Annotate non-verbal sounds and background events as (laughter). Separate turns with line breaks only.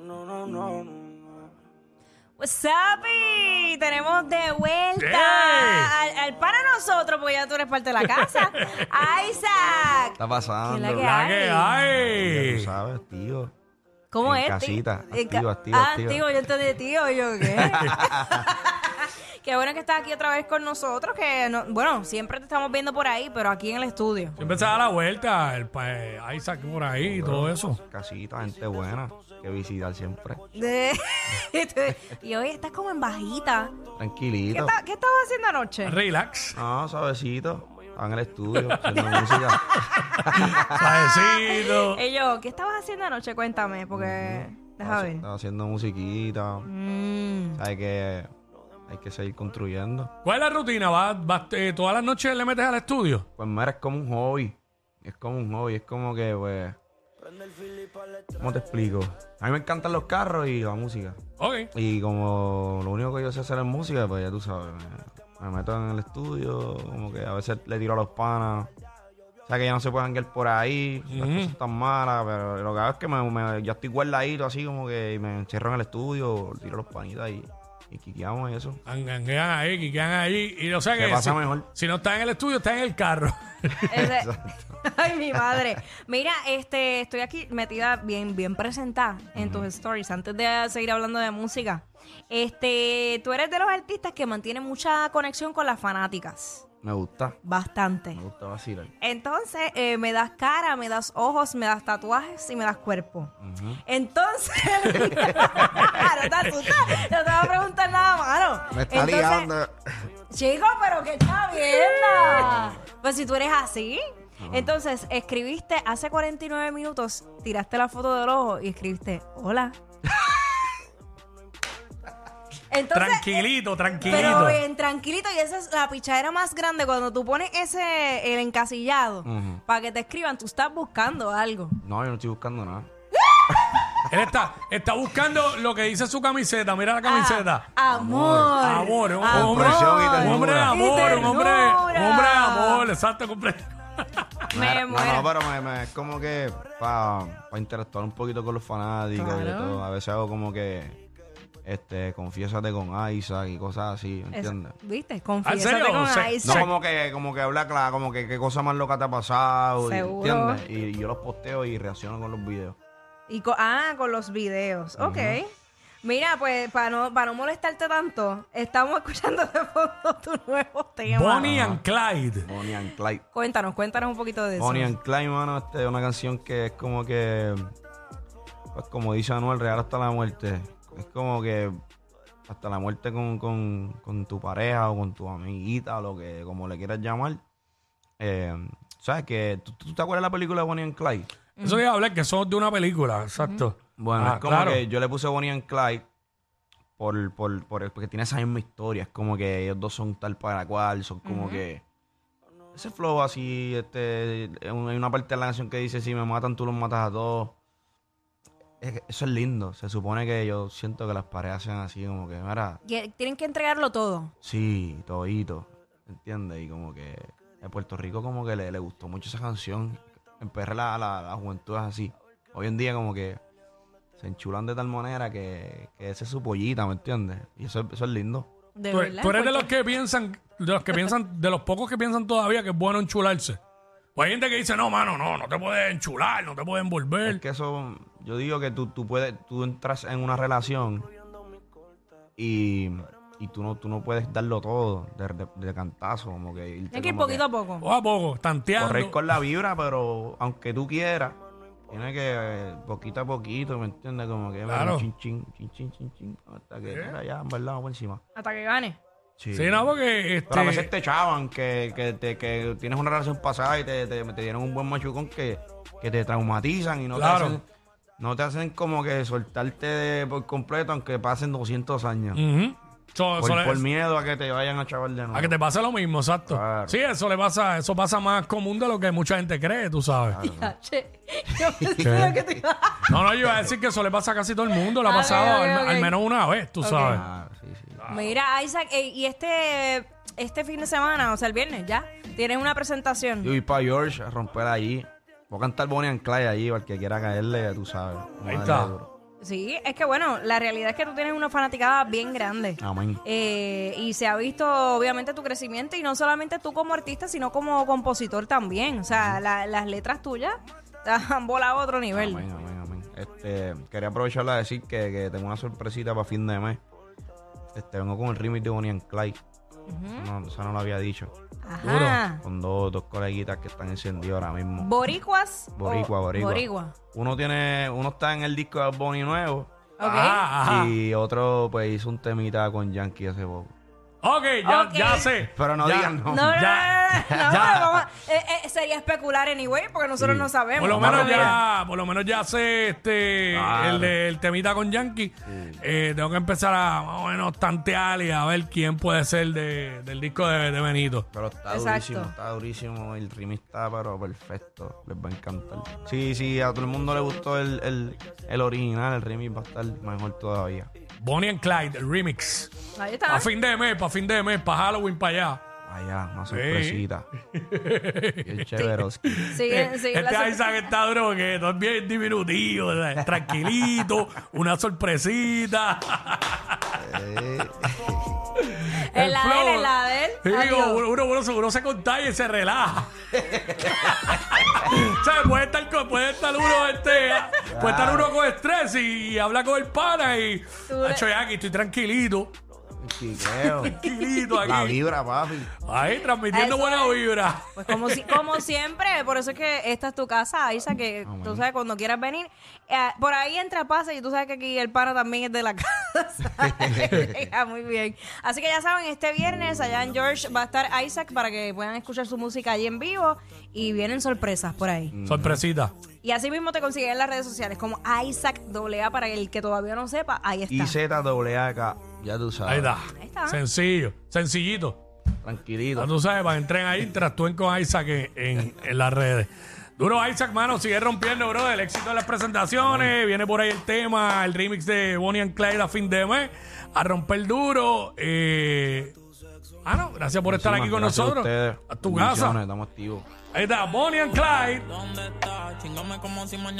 No, no, no, no.
Sapi, tenemos de vuelta
Yeah.
al, al para nosotros, porque ya tú eres parte de la casa.
(laughs)
A Isaac.
Está pasando.
¿Qué es la que
La
hay?
que
Ya
hay.
tú sabes, tío.
¿Cómo
En
es? tío?
casita,
En ca-
activo, activo,
ah,
activo.
activo, yo entendí, tío, yo qué.
(laughs)
(laughs) qué bueno que estás aquí otra vez con nosotros, que no- bueno, siempre te estamos viendo por ahí, pero aquí en el estudio.
Siempre se da la vuelta, el pa- eh, Isaac por ahí y todo eso.
Casita, gente buena que visitar siempre.
De- (laughs) y hoy estás como en bajita. ¿Qué,
Tranquilito.
esta- qué estabas haciendo anoche? (laughs)
Relax.
No, suavecito. Estaba en el estudio haciendo música.
Suavecito.
Y Eh, yo, ¿qué estabas haciendo anoche? Cuéntame, porque... Deja
Estaba
ver.
estaba haciendo musiquita.
Mm.
Sabes que hay que seguir construyendo.
¿Cuál es la rutina? ¿Vas, vas, eh, ¿Todas las noches le metes al estudio?
Pues mira, es como un hobby. Es como un hobby, es como que, pues. ¿Cómo te explico? A mí me encantan los carros y la música.
Ok.
Y como lo único que yo sé hacer es música, pues ya tú sabes. Me, me meto en el estudio, como que a veces le tiro a los panas. O sea que ya no se puede janguear por ahí, las
Ujú.
cosas están malas, pero lo que hago es que me, me- yo estoy guardadito así como que y me encierro en el estudio, tiro a los panitas y, y quiqueamos y eso.
Anganguean ahí, quiquean ahí. Y o sea
Se
que
pasa
si,
mejor.
si no está en el estudio, está en el carro.
Ese- (laughs) Ay, mi madre. Mira, este, estoy aquí metida bien, bien presentada en tus stories. Antes de seguir hablando de música, este, tú eres de los artistas que mantienen mucha conexión con las fanáticas.
Me gusta,
Bastante.
me gusta vacilar.
Entonces, eh, me das cara, me das ojos, me das tatuajes y me das cuerpo.
Ujú. (laughs)
Entonces, (laughs) no te asustes, no te voy a preguntar nada malo.
Me está
Entonces,
liando.
Chico, pero qué
(laughs)
chavienda. pues si tú eres así.
Ah.
Entonces, escribiste hace 49 minutos, tiraste la foto del ojo y escribiste, hola.
(laughs)
Entonces,
(laughs) tranquilito, tranquilito.
eh, pero bien tranquilito y esa es la pichadera más grande cuando tú pones ese, el encasillado,
Ujú.
para que te escriban, tú estás buscando algo.
No, yo no estoy buscando nada.
Él está, está buscando lo que dice su camiseta. Mira la camiseta.
Ah, amor.
Amor, un
Amor.
hombre,
Compresión y
un hombre de
ternura.
amor,
Y
un hombre, un hombre de
ternura.
amor, exacto, compre-
Me
Mira,
muero.
No, no, pero me, me- es como que para interactuar un poquito con los fanáticos y de
Claro.
todo. A veces hago como que este, confiésate con Isaac y cosas así,
Eso,
¿entiendes?
¿Viste?
¿En serio?
Confiésate con
Se-
Isaac.
No como que, como que habla claro, como que qué cosa más loca te ha pasado, y-
Seguro.
¿entiendes? Y yo los posteo y reacciono con los videos.
Y co- ah, con los videos. Ok. Mira, pues para no, para no molestarte tanto, estamos escuchando de fondo (laughs) tu nuevo tema.
Bonnie and Clyde.
Bonnie and Clyde.
Cuéntanos, cuéntanos un poquito de eso.
Bonnie and Clyde, mano, este, es una canción que es como que, pues como dice Anuel, real hasta la muerte. Es como que hasta la muerte con, con- con tu pareja o con tu amiguita, lo que como le quieras llamar. Eh, ¿Sabes que ¿Tú, tú te acuerdas de la película de Bonnie and Clyde?
Eso iba a hablar que son de una película, exacto.
Bueno,
Ah,
es como
claro.
que yo le puse Bonnie and Clyde por, por, por- porque tiene esa misma historia. Es como que ellos dos son tal para cual, son como que. Ese flow así, este, es un- hay una parte de la canción que dice, si me matan, tú los matas a todos. Es que eso es lindo. Se supone que yo siento que las parejas sean así, como que, mira,
Que Tienen que entregarlo todo.
sí, todito. ¿Entiendes? Y como que en Puerto Rico como que le, le gustó mucho esa canción. En PR la, la, la juventud es así. Hoy en día como que se enchulan de tal manera que, que ese es su pollita, ¿me entiendes? Y eso, es- eso es lindo.
De
Tú, e-,
verdad.
tú eres de los
porque-
que piensan, de los que piensan, de los pocos que piensan todavía que es bueno enchularse. Pues hay gente que dice, no, mano, no, no te puedes enchular, no te puedes envolver.
Es que eso, yo digo que tú, tú puedes, tú entras en una relación y, y tú, no, tú no puedes darlo todo de, de- de cantazo, como que irte
Hay que ir
como que-
poquito a poco.
Poco a poco, tanteando.
correr con la vibra, pero aunque tú quieras, tiene que eh, poquito a poquito, ¿me entiendes? Como que mira,
Claro.
chin, chin, chin, chin, chin, chin, hasta que mira, ya, en verdad, vamos por encima.
Hasta que gane.
Sí, no, porque
Pero a veces
este,
te echaban, que, que, te- que tienes una relación pasada y te, te, te dieron un buen machucón que, que te traumatizan y no
Claro.
te hacen... No te hacen como que soltarte de- por completo aunque pasen 200 años.
ujú. So-
Por,
so le-
por miedo a que te vayan a chaval de nuevo.
a que te pase lo mismo, exacto.
Claro.
Sí, eso le pasa, eso pasa más común de lo que mucha gente cree, tú sabes.
Ya, che. (laughs) Yo pensaba que te
(laughs)
iba a-
No, no, yo iba a decir que eso le pasa a casi todo el mundo, le ha
Ah,
pasado
ok, ok,
al,
ok.
al menos una vez, tú sabes.
Ah, sí, sí.
Mira, Isaac, eh, y este, este fin de semana, o sea, el viernes ya, tienes una presentación.
Yo voy para George a romper allí. Voy a cantar Bonnie and Clyde allí, para el que quiera caerle, tú sabes. Madre
Ahí está.
duro.
Sí, es que bueno, la realidad es que tú tienes una fanaticada bien grande.
Amén.
Eh, y se ha visto obviamente tu crecimiento y no solamente tú como artista, sino como compositor también. O sea, la- las letras tuyas han volado a otro nivel.
Amén, amén, amén. Este, quería aprovecharla a decir que, que tengo una sorpresita para fin de mes. Este, vengo con el remix de Bonnie and Clyde. no, esa no lo había dicho.
Ajá.
Con dos, dos coleguitas que están encendidos ahora mismo.
Boricuas. o-
boricua, boricua.
Boricua.
Uno tiene, uno está en el disco de Bonnie nuevo.
Ok.
(laughs) Ah, Ajá, ajá.
Y otro, pues, hizo un temita con Yankee hace poco.
Ok, ya,
Ok.
ya sé.
Pero no
Ya.
digan no.
No, no, no,
Ya.
no, no, no,
Ya.
vamos a- eh, eh, sería especular anyway, porque nosotros
Sí.
no
Por
sabemos.
lo
Vamos a
menos
romper.
ya, por lo menos ya sé este
Claro.
el, de- el temita con Yankee. Eh, tengo que empezar a más o menos tantear y a ver quién puede ser de- del disco de, de Benito.
Pero está
Exacto.
durísimo, está durísimo. El remix está pero perfecto. Les va a encantar. Sí, sí, a todo el mundo le gustó el, el, el original. El remix va a estar mejor todavía.
Bonnie and Clyde, el remix.
Ahí está.
Para fin de mes, para fin de mes, para Halloween, para allá.
Allá, una
(laughs)
sorpresita. Bien chévere.
Sigue, sigue la
este
sor-
Isaac está duro porque no es bien diminutivo, o sea, tranquilito, una sorpresita.
En la de él,
flow.
en la de él.
Sí, digo,
Adiós.
uno, uno, uno se- uno se contagia y se relaja. (laughs) o sea, puede estar, con- puede estar uno este, puede estar uno con estrés y, habla con el pana y
Tú le-
"Acho, ya aquí estoy tranquilito,
Chiqueo.
(laughs)
tranquilito
La
aquí.
vibra, papi.
Ahí transmitiendo
Eso
buena vibra.
Pues como, si- como siempre, por eso es que esta es tu casa, Isa, que tú sabes, cuando quieras venir, eh, por ahí entra pasa y tú sabes que aquí el pana también es de la (laughs) casa. Ah, Muy bien. Así que ya saben, este viernes allá en George va a estar Isaac para que puedan escuchar su música allí en vivo y vienen sorpresas por ahí.
Mm. Sorpresita.
Y así mismo te consiguen en las redes sociales como Isaac AA para el que todavía no sepa, ahí está.
Y acá ya tú sabes.
Ahí está.
Ahí está.
Sencillo, sencillito. Ya
Tranquilito.
tú sabes, para que entren ahí, interactúen con Isaac en, en- en las redes. Duro Isaac, mano, sigue rompiendo, bro. El éxito de las presentaciones. Viene por ahí el tema, el remix de Bonnie and Clyde a fin de mes. A romper duro. Eh... Ah, no, gracias por estar aquí
Muchísimas
con
gracias a
nosotros.
ustedes.
A tu
Bendiciones,
casa.
Estamos activos.
Ahí está, Bonnie and Clyde.
¿Dónde estás? Chingame como si mañana.